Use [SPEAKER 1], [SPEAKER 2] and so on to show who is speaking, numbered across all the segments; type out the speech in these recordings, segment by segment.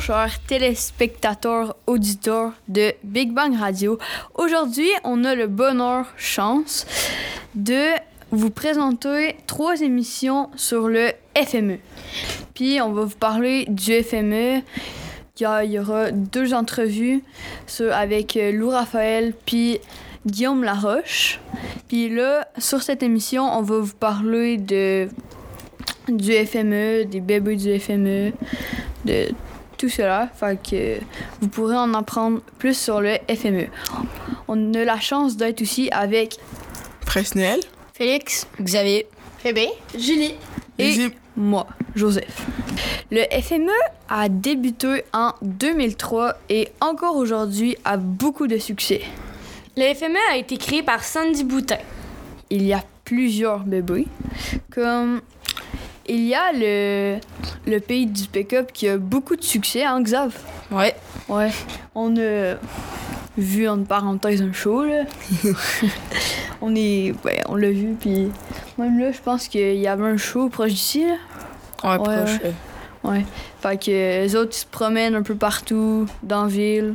[SPEAKER 1] chers téléspectateurs, auditeurs de Big Bang Radio. Aujourd'hui, on a le bonheur, chance de vous présenter trois émissions sur le FME. Puis, on va vous parler du FME. Il y, a- il y aura deux entrevues sur- avec euh, Lou Raphaël puis Guillaume Laroche. Puis là, sur cette émission, on va vous parler de du FME, des bébés du E, FME, de tout cela. Fait que vous pourrez en apprendre plus sur le FME. On a la chance d'être aussi avec
[SPEAKER 2] Fresnel.
[SPEAKER 1] Félix, Xavier
[SPEAKER 3] Bébé. Julie.
[SPEAKER 1] et
[SPEAKER 2] Zip.
[SPEAKER 1] moi, Joseph. Le FME a débuté en 2003 et encore aujourd'hui a beaucoup de succès.
[SPEAKER 3] Le FME a été créé par Sandy Boutin.
[SPEAKER 1] il y a plusieurs bébés. Comme il y a le, le pays du pick-up qui a beaucoup de succès, hein, Xav?
[SPEAKER 4] Ouais.
[SPEAKER 1] Ouais. On a vu en parenthèse un show, là. on est. Ouais, on l'a vu, puis même là, je pense qu'il y avait un show proche d'ici, là.
[SPEAKER 2] Ah,
[SPEAKER 4] Ouais,
[SPEAKER 1] proche, Fait que les autres, ils se promènent un peu partout, dans la ville,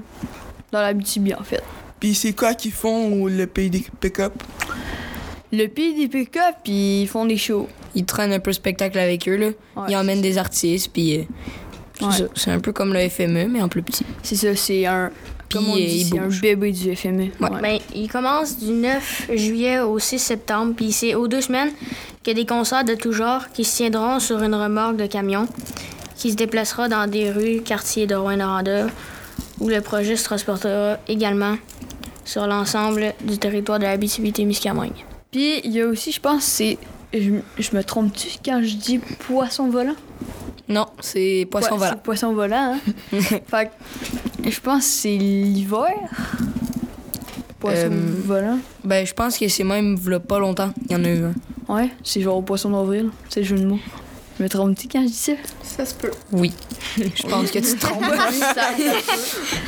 [SPEAKER 1] dans la BTB, en fait.
[SPEAKER 2] Puis c'est quoi qu'ils font au le pays des pick-up?
[SPEAKER 1] Le pays des pick-up, ils font des shows.
[SPEAKER 4] Ils traînent un peu le spectacle avec eux, là.
[SPEAKER 1] Ouais,
[SPEAKER 4] ils emmènent des artistes, puis. euh, c'est
[SPEAKER 1] Ouais.
[SPEAKER 4] ça. C'est un peu comme le FME, mais en plus petit.
[SPEAKER 1] C'est ça, c'est un.
[SPEAKER 4] Puis,
[SPEAKER 1] comme on
[SPEAKER 4] euh,
[SPEAKER 1] dit,
[SPEAKER 4] il
[SPEAKER 1] c'est un
[SPEAKER 4] bouge.
[SPEAKER 1] bébé du FME.
[SPEAKER 4] Ouais.
[SPEAKER 1] Ouais.
[SPEAKER 5] Ben, il commence du 9 juillet au 6 septembre, puis c'est aux deux semaines qu'il y a des concerts de tout genre qui se tiendront sur une remorque de camion qui se déplacera dans des rues, quartiers de Rouen-Noranda, où le projet se transportera également sur l'ensemble du territoire de la Bitibi-Témiscamingue.
[SPEAKER 1] Puis il y a aussi, je pense, c'est. Je, je me trompe-tu quand je dis poisson volant?
[SPEAKER 4] Non, c'est Poisson
[SPEAKER 1] Ouais,
[SPEAKER 4] Volant.
[SPEAKER 1] c'est Poisson volant, hein? fait que je pense que c'est l'hiver. Poisson
[SPEAKER 4] Euh,
[SPEAKER 1] volant.
[SPEAKER 4] Ben, je pense que c'est même, v'là pas longtemps, il y en a eu un.
[SPEAKER 1] Ouais, c'est genre au poisson d'avril. C'est le jeu de mots. Je me trompe-tu quand je dis ça?
[SPEAKER 2] Ça se peut.
[SPEAKER 4] Oui. je pense que tu te trompes.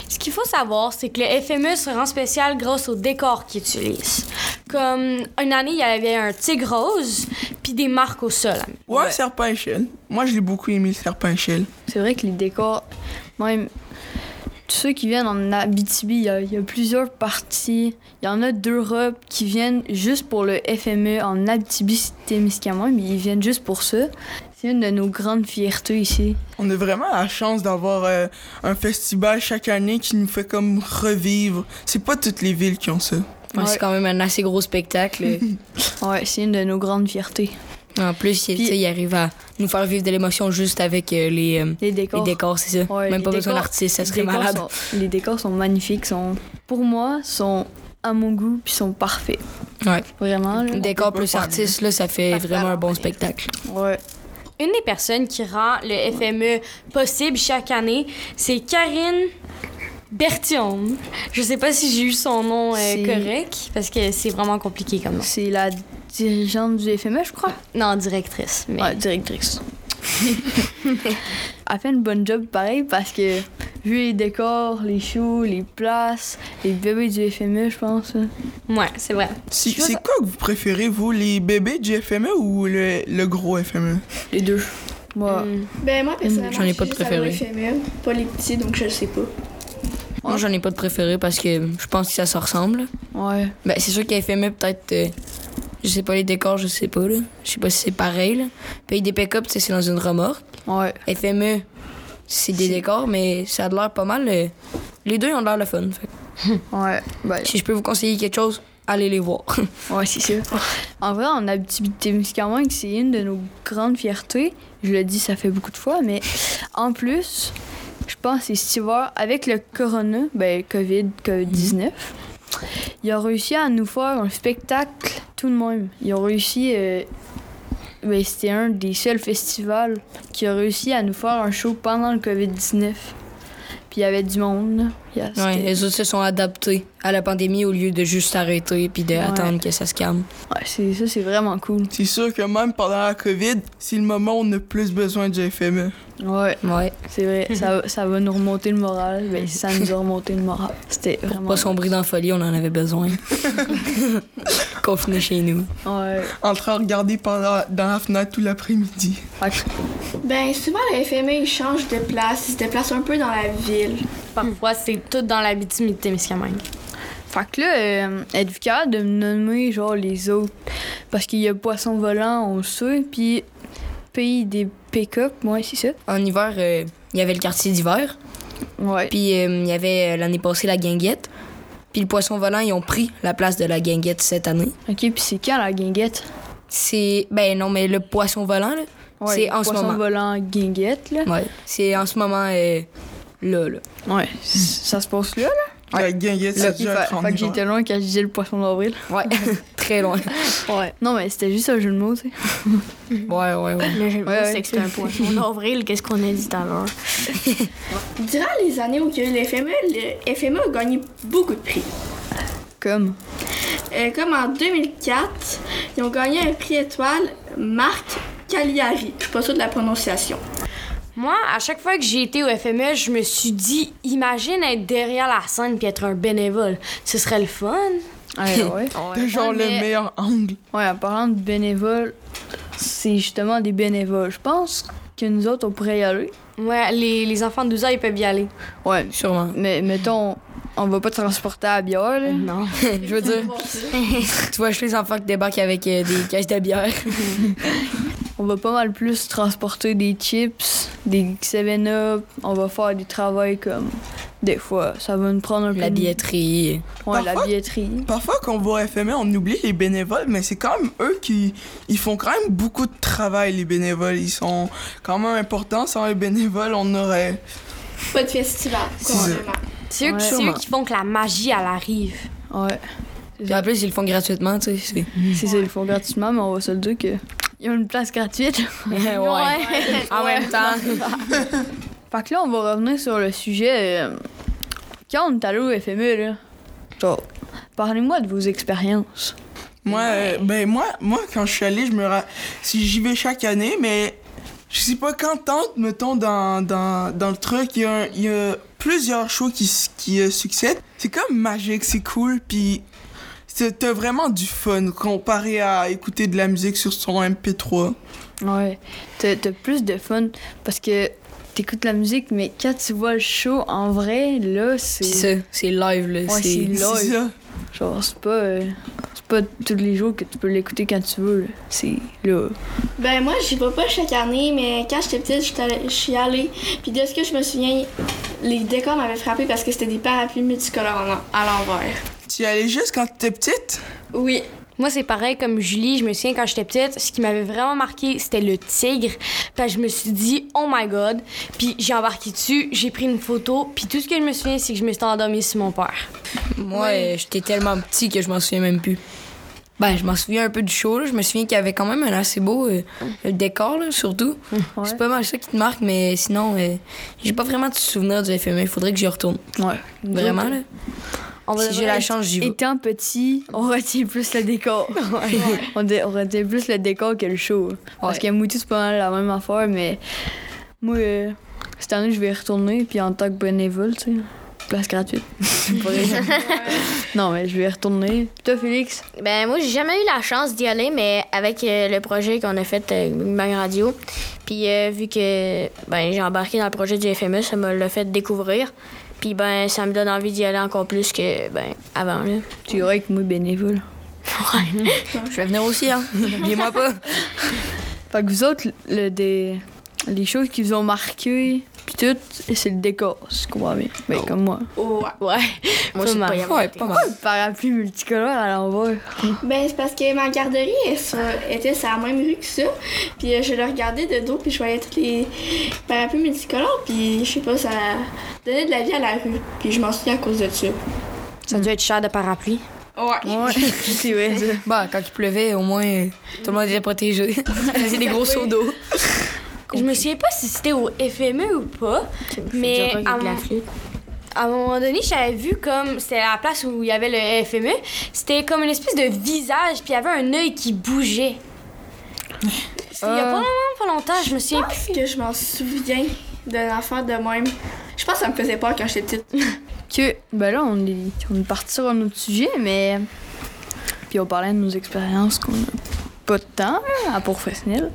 [SPEAKER 3] Ce qu'il faut savoir, c'est que le FME se rend spécial grâce au décor qu'il utilise. Comme une année, il y avait un tigre rose, puis des marques au sol.
[SPEAKER 2] Ou un serpent à échelle. Moi, je l'ai beaucoup aimé, le serpent à échelle.
[SPEAKER 1] C'est vrai que les décors, même tous ceux qui viennent en Abitibi, il y, a- il y a plusieurs parties. Il y en a d'Europe qui viennent juste pour le FME en Abitibi-Témiscamingue, mais ils viennent juste pour ça. C'est une de nos grandes fiertés ici.
[SPEAKER 2] On a vraiment la chance d'avoir euh, un festival chaque année qui nous fait comme revivre. C'est pas toutes les villes qui ont ça.
[SPEAKER 4] Ouais, C'est quand même un assez gros spectacle.
[SPEAKER 1] Ouais, c'est une de nos grandes fiertés.
[SPEAKER 4] en plus, il-
[SPEAKER 1] Puis-
[SPEAKER 4] tu sais, il arrive à nous faire vivre de l'émotion juste avec euh, les, euh,
[SPEAKER 1] Les
[SPEAKER 4] les
[SPEAKER 1] décors.
[SPEAKER 4] décors, c'est ça.
[SPEAKER 1] Ouais,
[SPEAKER 4] même
[SPEAKER 1] les
[SPEAKER 4] pas besoin
[SPEAKER 1] décors-
[SPEAKER 4] d'artiste, ça
[SPEAKER 1] les
[SPEAKER 4] serait
[SPEAKER 1] décors
[SPEAKER 4] malade.
[SPEAKER 1] sont- les décors sont magnifiques, sont, pour moi, sont à mon goût, puis sont parfaits.
[SPEAKER 4] Ouais.
[SPEAKER 1] Vraiment. là.
[SPEAKER 4] Décor
[SPEAKER 2] pas
[SPEAKER 4] plus
[SPEAKER 2] faire
[SPEAKER 4] artiste, là, ça fait vraiment un bon spectacle.
[SPEAKER 1] Ouais.
[SPEAKER 3] Une des personnes qui rend le FME possible chaque année, c'est Karine Bertium. Je sais pas si j'ai eu son nom euh,
[SPEAKER 1] C'est-
[SPEAKER 3] correct, parce que c'est vraiment compliqué comme nom.
[SPEAKER 1] C'est la dirigeante du FME, je crois.
[SPEAKER 3] Non, directrice. Mais...
[SPEAKER 1] Ouais, directrice. Elle fait une bonne job pareil parce que vu les décors, les shows, les places, les bébés du FME, je pense. hein.
[SPEAKER 3] Ouais, c'est vrai.
[SPEAKER 2] C'est
[SPEAKER 1] Je veux-
[SPEAKER 2] c'est quoi que vous préférez, vous, les bébés du FME ou le, le gros E? FME?
[SPEAKER 1] Les deux. Moi,
[SPEAKER 3] Hum.
[SPEAKER 6] Ben moi personnellement,
[SPEAKER 4] J'en ai pas de
[SPEAKER 6] je suis
[SPEAKER 4] préféré.
[SPEAKER 6] juste allée au FME, pas les petits donc je le sais pas.
[SPEAKER 4] Moi, j'en ai pas de préféré parce que je pense que ça se ressemble.
[SPEAKER 1] ouais.
[SPEAKER 4] Ben, c'est sûr qu'elle FME, peut-être. euh, je sais pas les décors, je sais pas, là. Je sais pas si c'est pareil, là. Pays des pick-up, tu sais, c'est dans une remorque.
[SPEAKER 1] Ouais.
[SPEAKER 4] FME, c'est des décors, mais ça a de l'air pas mal. euh, les deux ont de l'air le fun. Fait que
[SPEAKER 1] Ouais. Ben,
[SPEAKER 4] si je peux vous conseiller quelque chose, allez les voir.
[SPEAKER 1] ouais, c'est ça. En vrai, en Abitibi-Témiscamingue, c'est une de nos grandes fiertés. Je le dis, ça fait beaucoup de fois, mais en plus, je pense que cet hiver, avec le corona, ben, COVID, COVID-19, ils ont réussi à nous faire un spectacle tout de même. Ils ont réussi. euh, ben, c'était un des seuls festivals qui a réussi à nous faire un show pendant le COVID-19. Puis il y avait du monde. là. Yes.
[SPEAKER 4] Ouais, les autres se sont adaptés à la pandémie au lieu de juste arrêter puis d'attendre que ça se calme.
[SPEAKER 1] Ouais, c'est, ça, c'est vraiment cool.
[SPEAKER 2] C'est sûr que même pendant la COVID, c'est le moment où on a plus besoin du FME.
[SPEAKER 1] Ouais,
[SPEAKER 4] Ouais,
[SPEAKER 1] c'est vrai. ça, ça va nous remonter le moral. Ben, ça nous a remonté le moral. C'était vraiment.
[SPEAKER 4] pas sombrer dans la folie, on en avait besoin. Confiné chez nous.
[SPEAKER 1] Ouais.
[SPEAKER 2] En train de regarder pendant, dans la fenêtre tout l'après-midi.
[SPEAKER 1] Fait que-
[SPEAKER 6] Ben, souvent, le FME, il change de place. Il se déplace un peu dans la ville.
[SPEAKER 3] Parfois, c'est tout dans la bitimité, Témiscamingue.
[SPEAKER 1] Fait que là, euh, êtes-vous capable de me nommer genre les autres? Parce qu'il y a poisson volant, on le sait, puis pays des pick-up, ouais, c'est ça.
[SPEAKER 4] En hiver, euh, il y avait le quartier d'hiver,
[SPEAKER 1] Ouais.
[SPEAKER 4] puis euh, il y avait euh, l'année passée la guinguette. Puis le poisson volant, ils ont pris la place de la guinguette cette année.
[SPEAKER 1] Ok, puis c'est quand la guinguette?
[SPEAKER 4] C'est. Ben non, mais le poisson volant, là.
[SPEAKER 1] Ouais,
[SPEAKER 4] C'est en ce
[SPEAKER 1] Poisson
[SPEAKER 4] moment.
[SPEAKER 1] volant, guinguette, là.
[SPEAKER 4] Ouais. C'est en ce moment euh, là, là.
[SPEAKER 1] Ouais, c- ça se passe là, là.
[SPEAKER 2] La guinguette,
[SPEAKER 1] Là,
[SPEAKER 2] c'est
[SPEAKER 1] fait,
[SPEAKER 2] dur à prendre
[SPEAKER 1] fait
[SPEAKER 2] en
[SPEAKER 1] que
[SPEAKER 2] hiver.
[SPEAKER 1] j'étais loin quand je disais le poisson d'avril.
[SPEAKER 4] Ouais. Très loin.
[SPEAKER 1] Ouais. Non, mais c'était juste un jeu de mots, tu sais.
[SPEAKER 4] Ouais, ouais, ouais.
[SPEAKER 5] Le jeu de mots,
[SPEAKER 1] Ouais, ouais.
[SPEAKER 5] c'est que c'est un poisson d'avril, qu'est-ce qu'on a dit tout à l'heure?
[SPEAKER 6] Durant les années où il y a eu le FME, le FME a gagné beaucoup de prix.
[SPEAKER 1] Comme.
[SPEAKER 6] Euh, comme en 2004, ils ont gagné un prix étoile Marc Cagliari. Je suis pas sûre de la prononciation.
[SPEAKER 3] Moi, à chaque fois que j'ai été au FME, je me suis dit, imagine être derrière la scène puis être un bénévole. Ce serait le fun.
[SPEAKER 1] Ouais, ouais.
[SPEAKER 2] T'as genre
[SPEAKER 1] Ouais,
[SPEAKER 2] le
[SPEAKER 1] mais-
[SPEAKER 2] meilleur angle.
[SPEAKER 1] Ouais, en parlant de bénévoles, c'est justement des bénévoles. Je pense que nous autres, on pourrait y aller.
[SPEAKER 3] Ouais, les, les enfants de 12 ans, ils peuvent y aller.
[SPEAKER 1] Ouais,
[SPEAKER 4] Sûrement. Mhm.
[SPEAKER 1] mais mettons, on va pas transporter à bière, là.
[SPEAKER 3] Non.
[SPEAKER 4] Je veux dire, tu vois, je les enfants qui débarquent avec euh, des caisses de bière.
[SPEAKER 1] On va pas mal plus transporter des chips, des 7-up. On va faire du travail comme. Des fois, ça va nous prendre un peu.
[SPEAKER 4] La
[SPEAKER 1] de-
[SPEAKER 4] billetterie.
[SPEAKER 1] Ouais, la
[SPEAKER 2] Parfois-
[SPEAKER 1] billetterie.
[SPEAKER 2] Parfois, quand on va au FME, on oublie les bénévoles, mais c'est quand même eux qui ils font quand même beaucoup de travail, les bénévoles. Ils sont quand même importants. Sans les bénévoles, on aurait.
[SPEAKER 6] Pas de festival,
[SPEAKER 2] C'est ça.
[SPEAKER 6] carrément.
[SPEAKER 3] C'est eux,
[SPEAKER 1] Ouais.
[SPEAKER 3] qui- c'est eux
[SPEAKER 1] Sûrement.
[SPEAKER 3] qui font que la magie, elle arrive.
[SPEAKER 1] Ouais.
[SPEAKER 4] Puis en plus, ils le font gratuitement, tu sais.
[SPEAKER 1] C'est ça, ils le font gratuitement, mais on va se le dire que. Ils ont une place gratuite.
[SPEAKER 4] c'est- ouais. En même temps.
[SPEAKER 1] Fait que là, on va revenir sur le sujet. euh, Quand on est allé au FME, là.
[SPEAKER 4] Oh.
[SPEAKER 1] Genre, parlez-moi de vos expériences.
[SPEAKER 2] Moi, euh, ben moi, moi, quand je suis allée, je me ra... si j'y vais chaque année, mais je suis pas contente, mettons dans, dans, dans le truc, il y, a un- il y a plusieurs shows qui s- qui euh, succèdent. C'est comme magique, c'est cool, puis c'était vraiment du fun comparé à écouter de la musique sur son MP3.
[SPEAKER 1] Ouais. T'as t'as plus de fun parce que t'écoutes la musique, mais quand tu vois le show en vrai, là,
[SPEAKER 4] Puis ça, c'est live, là.
[SPEAKER 1] Ouais,
[SPEAKER 4] c'est...
[SPEAKER 1] c'est- Là,
[SPEAKER 2] C'est
[SPEAKER 1] il-
[SPEAKER 2] ça.
[SPEAKER 1] Genre, c'est pas, euh, c'est pas tous les jours que tu peux l'écouter quand tu veux. là. C'est là.
[SPEAKER 6] Ben moi, j'y vais pas chaque année, mais quand j'étais petite, j'étais allée- je suis allée. Puis de ce que je me souviens, les décors m'avaient frappé parce que c'était des parapluies multicolores en- à l'envers.
[SPEAKER 2] Tu y allais juste quand t'étais petite?
[SPEAKER 6] Oui,
[SPEAKER 3] Moi, c'est pareil comme Julie. Je me souviens quand j'étais petite, ce qui m'avait vraiment marqué, c'était le tigre. Puis je me suis dit, oh my god. Puis j'ai embarqué dessus, j'ai pris une photo. Puis tout ce que je me souviens, c'est que je me suis endormie sur mon père.
[SPEAKER 4] Moi, euh, j'étais tellement petit que je m'en souviens même plus. Ben, je m'en souviens un peu du show, là. Je me souviens qu'il y avait quand même un assez beau euh, le décor, là, surtout.
[SPEAKER 1] Ouais.
[SPEAKER 4] C'est pas mal ça qui te marque, mais sinon, euh, j'ai pas vraiment de souvenirs du FME. Il faudrait que j'y retourne.
[SPEAKER 1] Ouais.
[SPEAKER 4] Vraiment, là.
[SPEAKER 3] On va
[SPEAKER 4] Si j'ai la chance, j'y vais.
[SPEAKER 1] Étant petit, on retient plus le décor. on, dé- on retient plus le décor que le show. Parce
[SPEAKER 4] Ouais.
[SPEAKER 1] qu'à Moutou, c'est pas mal la même affaire, mais moi, euh, cette année, je vais y retourner, puis en tant que bénévole, tu sais, place gratuite. Pour les gens. non, mais je vais y retourner. Puis toi, Félix?
[SPEAKER 5] Ben moi j'ai jamais eu la chance d'y aller, mais avec euh, le projet qu'on a fait avec Big Bang Radio, puis euh, vu que ben j'ai embarqué dans le projet du FME, ça me l'a fait découvrir. Puis ben ça me donne envie d'y aller encore plus que ben avant là.
[SPEAKER 1] Tu irais avec moi bénévole.
[SPEAKER 4] Je vais venir aussi, hein. Oubliez-moi pas.
[SPEAKER 1] Fait que vous autres, le, des, les choses qui vous ont marqué, puis tout, c'est le décor, si je comprends bien. Ben, comme moi.
[SPEAKER 6] oh,
[SPEAKER 3] Ouais.
[SPEAKER 5] Moi aussi
[SPEAKER 3] Pas
[SPEAKER 5] pas y
[SPEAKER 3] mal.
[SPEAKER 5] avoir
[SPEAKER 4] Ouais,
[SPEAKER 5] été.
[SPEAKER 4] pas mal.
[SPEAKER 1] Parapluie multicolore à l'envers.
[SPEAKER 6] Ben, c'est parce que ma garderie elle, sur- était sur la même rue que ça. Puis euh, je le regardais de dos, puis je voyais tous les parapluies multicolores. Puis je sais pas, ça donnait de la vie à la rue. Puis je m'en souviens à cause de ça.
[SPEAKER 3] Ça doit être cher de parapluie.
[SPEAKER 6] Ouais.
[SPEAKER 1] Ouais, c'est vrai ça.
[SPEAKER 4] Bah, quand il pleuvait, au moins, euh, tout le monde était protégé. C'était des gros seaux d'eau.
[SPEAKER 3] Je me souviens pas si c'était au FME ou pas, mais
[SPEAKER 5] Faut dire pas qu'il y a de la
[SPEAKER 3] à mon-
[SPEAKER 5] flûte.
[SPEAKER 3] à un moment donné, j'avais vu comme c'était à la place où il y avait le FME, c'était comme une espèce de visage, puis il y avait un œil qui bougeait. C'était Il y a
[SPEAKER 1] Euh.
[SPEAKER 3] pas vraiment pas longtemps, je me souviens plus.
[SPEAKER 6] que je m'en souviens d'un enfant de même. Je pense que ça me faisait peur quand j'étais petite.
[SPEAKER 1] que ben là on est, on est parti sur un autre sujet mais puis on parlait de nos expériences qu'on a pas de temps hein, à professionnel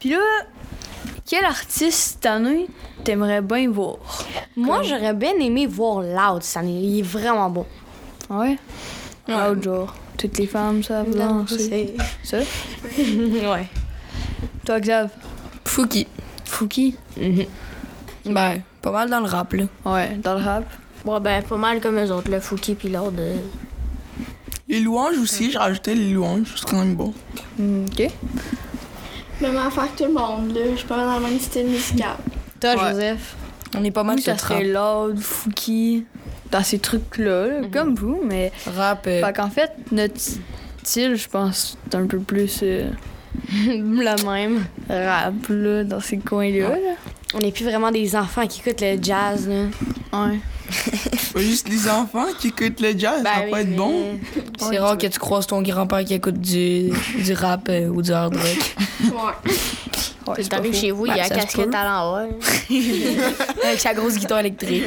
[SPEAKER 1] puis là quel artiste cette année t'aimerais bien voir
[SPEAKER 3] Moi, j'aurais bien aimé voir Loud cette année. Il est vraiment bon.
[SPEAKER 1] ouais Loud, genre toutes les femmes savent danser ça
[SPEAKER 3] ouais.
[SPEAKER 1] toi Xav
[SPEAKER 4] Fouki.
[SPEAKER 1] Fouki
[SPEAKER 4] Ben, pas mal dans le rap, là.
[SPEAKER 1] ouais dans le rap
[SPEAKER 5] Bon, ben, pas mal comme eux autres, le Fouki puis l'autre. euh,
[SPEAKER 2] Les louanges aussi, j'ai rajouté les louanges, c'est quand même bon.
[SPEAKER 1] Hmm, ok
[SPEAKER 6] Même affaire que tout le monde, là. Je suis pas mal dans le même style musical.
[SPEAKER 1] toi
[SPEAKER 4] Ouais.
[SPEAKER 1] Ah, Joseph
[SPEAKER 4] On est pas mal
[SPEAKER 1] moi
[SPEAKER 4] sur
[SPEAKER 1] ça
[SPEAKER 4] le rap.
[SPEAKER 1] serait Loud Fouki dans ces trucs là comme vous mais
[SPEAKER 4] Rap, euh,
[SPEAKER 1] Fait qu'en fait, notre style, je pense, est un peu plus euh,
[SPEAKER 3] La même.
[SPEAKER 1] rap, là, dans ces coins-là.
[SPEAKER 3] On n'est plus vraiment des enfants qui écoutent le jazz, là.
[SPEAKER 1] là. Ouais.
[SPEAKER 2] Pas juste les enfants qui écoutent le jazz, ça va pas être bon.
[SPEAKER 4] c'est rare que tu croises ton grand-père qui écoute du, du rap euh, ou du hard rock.
[SPEAKER 1] Ouais,
[SPEAKER 6] Ouais.
[SPEAKER 1] c'est pas
[SPEAKER 5] T'arrives
[SPEAKER 1] faux.
[SPEAKER 5] chez vous, il y
[SPEAKER 4] Ben,
[SPEAKER 5] a la
[SPEAKER 4] ça se
[SPEAKER 5] casquette
[SPEAKER 4] peut.
[SPEAKER 5] à l'envers.
[SPEAKER 4] Avec sa grosse guitare électrique.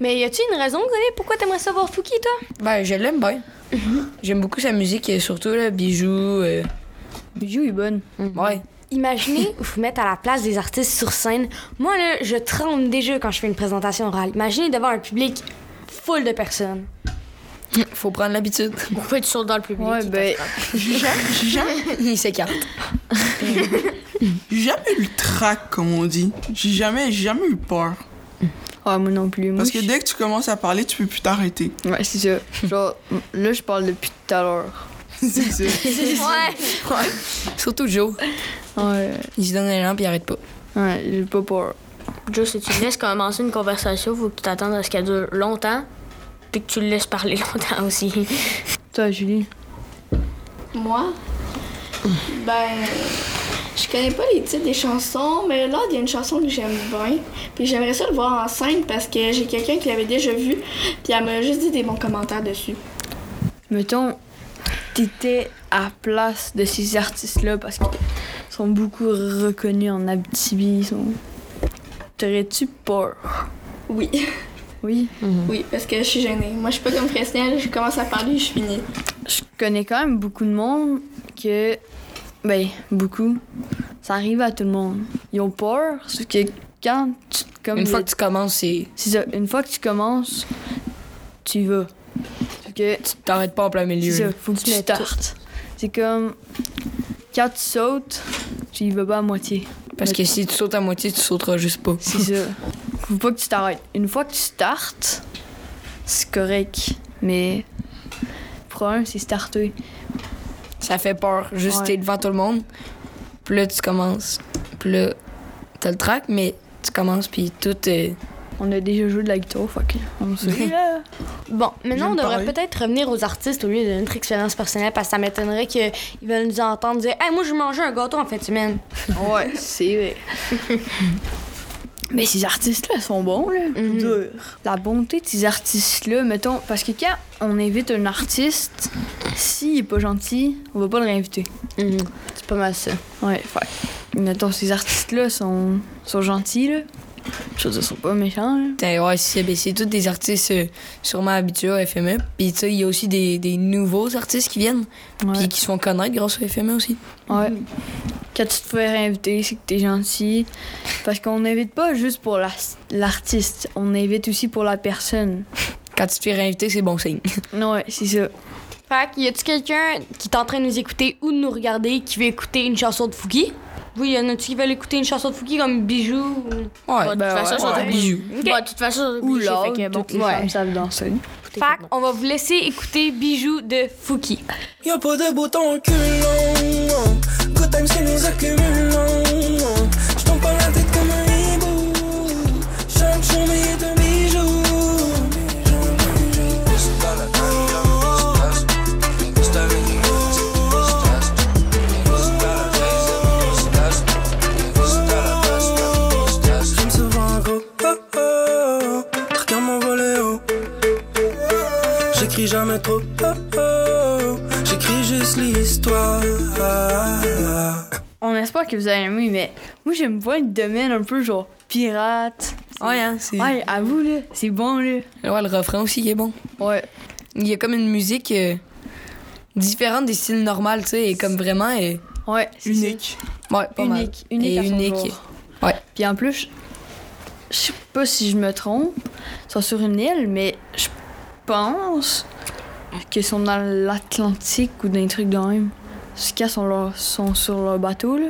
[SPEAKER 3] Mais y a-tu une raison, Xavier, pourquoi t'aimerais ça voir Fouki, toi?
[SPEAKER 4] Ben, je l'aime bien. J'aime beaucoup sa musique, et surtout, là, bijoux. euh,
[SPEAKER 1] Bijou est bonne.
[SPEAKER 4] ouais.
[SPEAKER 3] Imaginez vous mettre à la place des artistes sur scène. Moi, là, je tremble déjà quand je fais une présentation orale. Imaginez devant un public full de personnes.
[SPEAKER 4] Faut prendre l'habitude.
[SPEAKER 5] Pourquoi tu sautes dans le public?
[SPEAKER 1] Ouais,
[SPEAKER 5] il
[SPEAKER 1] ben,
[SPEAKER 2] J'ai jamais, j'ai jamais-
[SPEAKER 4] Il s'écarte.
[SPEAKER 2] j'ai jamais eu le trac, comme on dit. J'ai jamais, j'ai jamais eu peur.
[SPEAKER 1] ouais, moi non plus. moi,
[SPEAKER 2] Parce que
[SPEAKER 1] je-
[SPEAKER 2] dès que tu commences à parler, tu peux plus t'arrêter.
[SPEAKER 1] Ouais, c'est ça. Genre, là, je parle depuis tout à l'heure.
[SPEAKER 2] C'est ça.
[SPEAKER 4] Surtout Joe.
[SPEAKER 1] Ouais,
[SPEAKER 4] Il se donne l'élan puis il arrête pas.
[SPEAKER 1] ouais, j'ai pas peur.
[SPEAKER 5] Joe, si tu laisses commencer une conversation, faut que tu t'attendes à ce qu'elle dure longtemps, puis que tu le laisses parler longtemps aussi.
[SPEAKER 1] Toi, Julie.
[SPEAKER 6] Moi, ben, je connais pas les titres des chansons, mais là, il y a une chanson que j'aime bien. Puis j'aimerais ça le voir en scène parce que j'ai quelqu'un qui l'avait déjà vu, puis elle m'a juste dit des bons commentaires dessus.
[SPEAKER 1] Mettons, t'étais à place de ces artistes-là parce qu'ils sont beaucoup reconnus en Abitibi. ils Sont... T'aurais-tu peur?
[SPEAKER 6] Oui,
[SPEAKER 1] Oui.
[SPEAKER 6] oui, parce que je suis gênée. Moi, je suis pas comme Fresnel, je commence à parler, je finis.
[SPEAKER 1] je connais quand même beaucoup de monde que. Ben, beaucoup. Ça arrive à tout le monde. Ils ont peur, sauf que quand tu. Comme
[SPEAKER 4] Une
[SPEAKER 1] le-
[SPEAKER 4] fois que tu commences, c'est.
[SPEAKER 1] c'est ça, une fois que tu commences, tu y vas. Sauf que.
[SPEAKER 4] T'arrêtes pas en plein
[SPEAKER 1] C'est
[SPEAKER 4] milieu.
[SPEAKER 1] ça,
[SPEAKER 4] là.
[SPEAKER 1] faut que tu,
[SPEAKER 5] Tu mets tout.
[SPEAKER 1] startes. C'est comme. Quand tu sautes, tu y vas pas à moitié.
[SPEAKER 4] Parce que si tu sautes à moitié, tu sauteras juste pas.
[SPEAKER 1] C'est ça. Faut pas que tu t'arrêtes. Une fois que tu startes, c'est correct. Mais. Le problème, c'est starter.
[SPEAKER 4] Ça fait peur. Juste,
[SPEAKER 1] Ouais.
[SPEAKER 4] t'es devant tout le monde. Puis là, tu commences. Puis là, t'as le track, mais tu commences, puis tout euh, est.
[SPEAKER 1] On a déjà joué de la guitare, fuck. On sait.
[SPEAKER 3] Bon, maintenant, on
[SPEAKER 2] J'aime
[SPEAKER 3] devrait
[SPEAKER 2] pareil.
[SPEAKER 3] peut-être revenir aux artistes au lieu de notre expérience personnelle parce que ça m'étonnerait qu'ils veulent nous entendre dire Hey, moi, je mangeais un gâteau en fin de semaine.
[SPEAKER 1] Ouais, c'est vrai. Mais ces artistes-là sont bons, là.
[SPEAKER 3] Mm.
[SPEAKER 1] Durs. Mm-hmm. La bonté de ces artistes-là, mettons, parce que quand on invite un artiste, s'il est pas gentil, on va pas le réinviter. Mm-hmm.
[SPEAKER 5] C'est pas mal ça.
[SPEAKER 1] Ouais, fait. Mettons, ces artistes-là sont, sont gentils, là. Je veux dire, ils sont pas méchants, là.
[SPEAKER 4] T'as- Ouais, c'est, ben, c'est tous des artistes euh, sûrement habitués au FME. Puis tu sais, il y a aussi des, des nouveaux artistes qui viennent,
[SPEAKER 1] Ouais.
[SPEAKER 4] puis qui se font connaître grâce au FME aussi.
[SPEAKER 1] Ouais. Quand tu te fais réinviter, c'est que t'es gentil. Parce qu'on n'invite pas juste pour la- l'artiste, on invite aussi pour la personne.
[SPEAKER 4] Quand tu te fais réinviter, c'est bon signe.
[SPEAKER 1] Ouais, c'est ça.
[SPEAKER 3] Fait qu'il y a-tu quelqu'un qui est en train de nous écouter ou de nous regarder qui veut écouter une chanson de Fouki? Oui, y en a-tu qui veulent écouter une chanson de Fouki comme Bijoux? ou-
[SPEAKER 4] Ouais,
[SPEAKER 5] Bah, de
[SPEAKER 1] ben
[SPEAKER 5] toute façon,
[SPEAKER 1] ouais,
[SPEAKER 5] j'en
[SPEAKER 4] ouais.
[SPEAKER 5] ai
[SPEAKER 4] Bijou.
[SPEAKER 5] Bah, de toute façon,
[SPEAKER 1] Ou
[SPEAKER 5] obligé,
[SPEAKER 1] là,
[SPEAKER 5] fait que, bon,
[SPEAKER 1] toutes les
[SPEAKER 5] ouais.
[SPEAKER 1] femmes savent danser.
[SPEAKER 3] Fait qu'on va vous laisser écouter Bijoux de Fouki.
[SPEAKER 7] Y'a pas de beau temps reculant. Good times que nous accumulons. J'tombe pas la tête comme un hibou. Chaque journée est un bijou. Oh, J'aime souvent un gros oh, oh.
[SPEAKER 1] j'espère que vous avez aimé, mais moi, j'aime bien le domaine un peu genre pirate.
[SPEAKER 4] Ouais, hein, c'est. Ouais.
[SPEAKER 1] Ouais, à vous, là, c'est bon, là.
[SPEAKER 4] le refrain aussi, il est bon.
[SPEAKER 1] Ouais.
[SPEAKER 4] Il y a comme une musique euh, différente des styles normaux, tu sais, et comme vraiment. euh,
[SPEAKER 1] Ouais, c'est
[SPEAKER 2] Unique.
[SPEAKER 4] ouais, pas mal.
[SPEAKER 1] unique, unique,
[SPEAKER 4] Et
[SPEAKER 1] à son
[SPEAKER 4] unique.
[SPEAKER 1] genre.
[SPEAKER 4] Ouais.
[SPEAKER 1] Puis en plus, je- je sais pas si je me trompe, ils sont sur une île, mais je pense qu'ils sont dans l'Atlantique ou dans des trucs de même. Ce cas sont, leur- sont sur leur bateau là.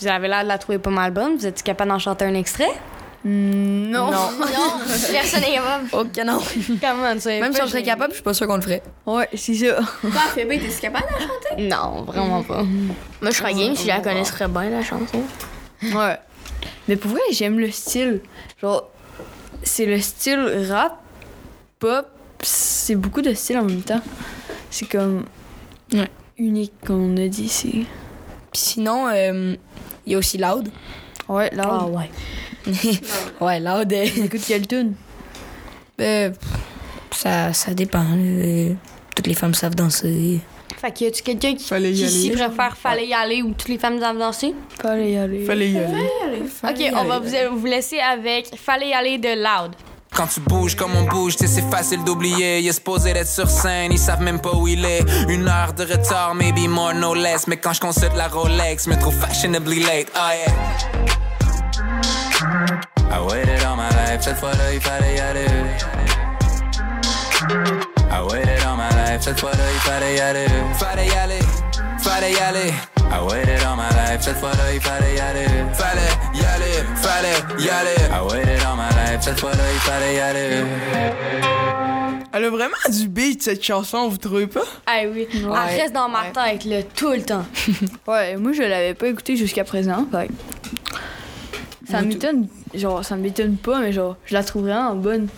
[SPEAKER 3] Vous avez l'air de la trouver pas mal bonne. Vous êtes capable d'en chanter un extrait?
[SPEAKER 1] Mm, Non.
[SPEAKER 5] Non, personne n'est capable.
[SPEAKER 4] Oh, canon.
[SPEAKER 3] Comment ça?
[SPEAKER 4] Même si on serait capable, je suis pas sûr qu'on le ferait.
[SPEAKER 1] Ouais, c'est ça.
[SPEAKER 6] Toi, Phoebe, t'es-tu capable? hein?
[SPEAKER 3] Non, vraiment pas.
[SPEAKER 5] Moi, je serais game si je la connaisserais bien, la chanson.
[SPEAKER 1] Ouais. Mais pour vrai, j'aime le style. Genre, c'est le style rap, pop, c'est beaucoup de styles en même temps. C'est comme
[SPEAKER 4] Ouais.
[SPEAKER 1] unique, comme on a dit ici.
[SPEAKER 4] Puis sinon, euh, il y a aussi Loud.
[SPEAKER 1] Ouais, là,
[SPEAKER 3] Ah ouais.
[SPEAKER 4] Ouais, Loud. euh,
[SPEAKER 1] on écoute quelle tune?
[SPEAKER 4] euh, ça, ça dépend. euh, toutes les femmes savent danser.
[SPEAKER 3] Fait que y a-tu quelqu'un qui,
[SPEAKER 2] Fallait y
[SPEAKER 3] qui
[SPEAKER 2] aller.
[SPEAKER 3] s'y préfère fallait y aller ou toutes les femmes doivent danser?
[SPEAKER 1] Pas aller y aller.
[SPEAKER 2] Fallait y aller.
[SPEAKER 3] Ok, on va vous, vous laisser avec Fallait y aller de Loud.
[SPEAKER 8] Quand tu bouges comme on bouge, t'sais, c'est facile d'oublier. Il est supposé d'être sur scène, ils savent même pas où il est. Une heure de retard, maybe more, no less. Mais quand je concède la Rolex, me trouve fashionably late. Ah yeah. I waited all my life, cette fois-là, il fallait y aller. I waited all my life, cette fois-là, il fallait y aller. Fallait y aller, fallait y aller. I waited all my life, cette fois-là, il fallait y aller. Fallait y aller, fallait y aller. I waited all my life, cette fois-là, il fallait y aller.
[SPEAKER 2] Elle a vraiment du beat, cette chanson, vous trouvez pas?
[SPEAKER 3] Ah oui. Elle reste dans ma tête, là, tout le temps.
[SPEAKER 1] Ouais, moi je l'avais pas écouté jusqu'à présent. Fait. que Ça m'étonne, genre, ça m'étonne pas, mais genre, je la trouve vraiment bonne.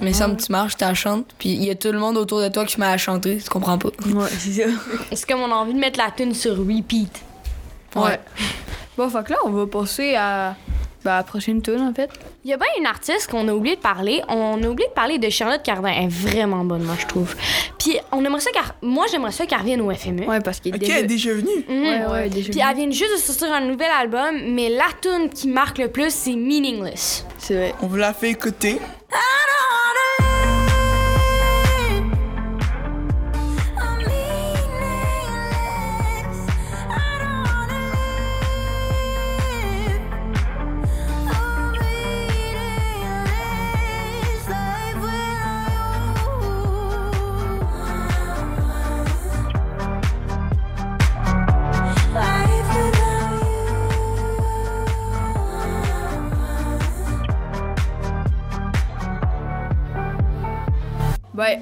[SPEAKER 4] Mais ça, tu marches, tu la chantes, puis il y a tout le monde autour de toi qui se met à chanter, tu comprends pas.
[SPEAKER 1] Ouais, c'est ça.
[SPEAKER 3] C'est comme on a envie de mettre la tune sur repeat.
[SPEAKER 1] Ouais. Bon, fait que là, on va passer à, bah, à la prochaine tune en fait.
[SPEAKER 3] Il y a bien une artiste qu'on a oublié de parler. On a oublié de parler de Charlotte Cardin. Elle est vraiment bonne, moi, je trouve. Puis on aimerait ça qu'elle- Moi, j'aimerais ça qu'elle revienne au E. FME.
[SPEAKER 1] Ouais, parce qu'il est
[SPEAKER 2] Ok,
[SPEAKER 1] déjà-
[SPEAKER 2] elle est déjà venue.
[SPEAKER 3] Mhm.
[SPEAKER 1] Ouais, ouais, déjà
[SPEAKER 3] Puis
[SPEAKER 1] vu.
[SPEAKER 3] elle vient juste de sortir un nouvel album, mais la tune qui marque le plus, c'est Meaningless.
[SPEAKER 1] C'est vrai.
[SPEAKER 2] On vous la fait écouter.
[SPEAKER 1] Ben,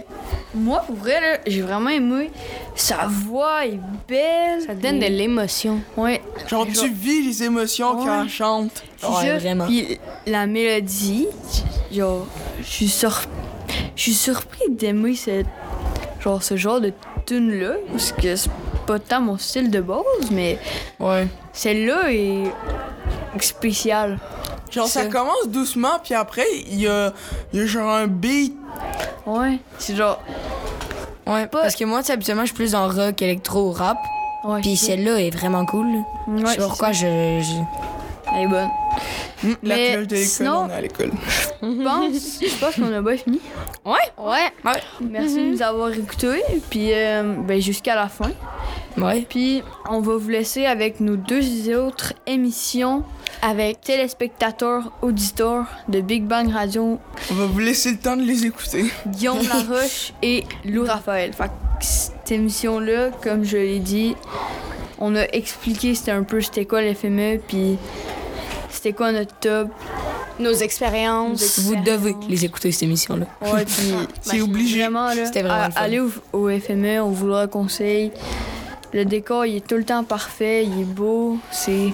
[SPEAKER 1] moi, pour vrai, là, j'ai vraiment aimé. Sa voix est belle.
[SPEAKER 3] Ça donne de l'émotion.
[SPEAKER 1] Ouais,
[SPEAKER 2] Genre, tu vis les émotions quand elle chante.
[SPEAKER 1] c'est
[SPEAKER 4] Ouais,
[SPEAKER 1] ça.
[SPEAKER 4] vraiment.
[SPEAKER 1] Puis la mélodie, genre, je suis sur... je suis surpris d'aimer cette... genre, ce genre de tune-là, parce que c'est pas tant mon style de base, mais
[SPEAKER 4] Ouais.
[SPEAKER 1] celle-là est spéciale.
[SPEAKER 2] Genre, ça commence doucement, puis après, il y a, il y a genre un beat.
[SPEAKER 1] Ouais, c'est genre...
[SPEAKER 4] Ouais, parce que moi, tu sais, habituellement, je suis plus en rock, électro, rap,
[SPEAKER 1] Ouais,
[SPEAKER 4] puis
[SPEAKER 1] c'est-
[SPEAKER 4] celle-là est vraiment cool.
[SPEAKER 1] ouais,
[SPEAKER 4] je sais
[SPEAKER 1] c'est
[SPEAKER 4] pas pourquoi je.
[SPEAKER 1] ça. Elle est bonne.
[SPEAKER 2] La
[SPEAKER 1] Mais
[SPEAKER 2] cloche de l'école,
[SPEAKER 1] sinon-
[SPEAKER 2] on est à l'école.
[SPEAKER 1] Je pense, je pense qu'on a bien fini.
[SPEAKER 3] Ouais, ouais.
[SPEAKER 1] Merci de nous avoir écoutés, puis euh, ben, jusqu'à la fin.
[SPEAKER 4] je- Ouais.
[SPEAKER 1] Puis on va vous laisser avec nos deux autres émissions avec téléspectateurs, auditeurs de Big Bang Radio,
[SPEAKER 2] On va vous laisser le temps de les écouter.
[SPEAKER 1] Guillaume Laroche et Lou Raphaël. Fait que cette émission-là, comme je l'ai dit, on a expliqué c'était un peu c'était quoi l'FME, puis c'était quoi notre top.
[SPEAKER 3] Nos expériences.
[SPEAKER 4] Vous devez les écouter, cette émission-là.
[SPEAKER 1] Ouais, puis
[SPEAKER 2] C'est obligé.
[SPEAKER 1] vraiment, là,
[SPEAKER 4] C'était vraiment
[SPEAKER 1] à-
[SPEAKER 4] le fun.
[SPEAKER 1] allez au, au FME, on vous le conseille. Le décor, il est tout le temps parfait, il est beau, c'est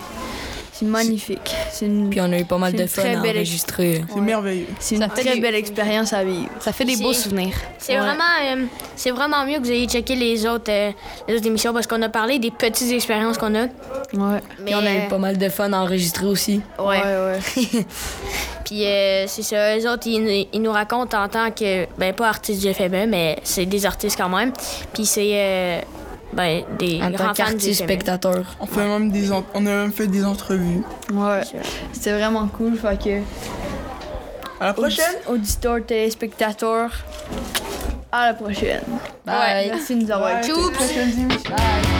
[SPEAKER 1] c'est magnifique. C'est une,
[SPEAKER 4] Puis on a eu pas mal
[SPEAKER 1] C'est
[SPEAKER 4] de
[SPEAKER 1] une
[SPEAKER 4] fun
[SPEAKER 1] très
[SPEAKER 4] à
[SPEAKER 1] belle
[SPEAKER 4] enregistrer.
[SPEAKER 2] C'est merveilleux.
[SPEAKER 1] C'est une
[SPEAKER 3] Ça fait
[SPEAKER 1] très
[SPEAKER 3] des-
[SPEAKER 1] belle expérience à vivre.
[SPEAKER 3] Ça fait des beaux
[SPEAKER 5] C'est-
[SPEAKER 3] souvenirs.
[SPEAKER 5] C'est
[SPEAKER 1] Ouais.
[SPEAKER 5] vraiment, euh, c'est vraiment mieux que vous ayez checké les autres, euh, les autres émissions parce qu'on a parlé des petites expériences qu'on a.
[SPEAKER 1] Ouais.
[SPEAKER 5] Mais
[SPEAKER 4] Puis on a eu
[SPEAKER 5] euh,
[SPEAKER 4] pas mal de fun à enregistrer aussi.
[SPEAKER 5] ouais.
[SPEAKER 1] ouais.
[SPEAKER 5] Puis euh, c'est ça, eux autres, ils, ils nous racontent en tant que, ben pas artistes du FME, mais c'est des artistes quand même. Puis c'est euh, ben, des
[SPEAKER 4] en tant
[SPEAKER 5] grands fans du
[SPEAKER 4] qu'artiste
[SPEAKER 5] Québec.
[SPEAKER 4] spectateur.
[SPEAKER 2] On, fait même des en- on a même fait des entrevues.
[SPEAKER 1] Ouais. C'était vraiment cool. Fait que.
[SPEAKER 2] À la prochaine!
[SPEAKER 1] Auditeurs, téléspectateurs. À la prochaine.
[SPEAKER 4] Bye.
[SPEAKER 1] Merci de nous avoir écoutés.
[SPEAKER 2] Prochaine émission.
[SPEAKER 4] Bye.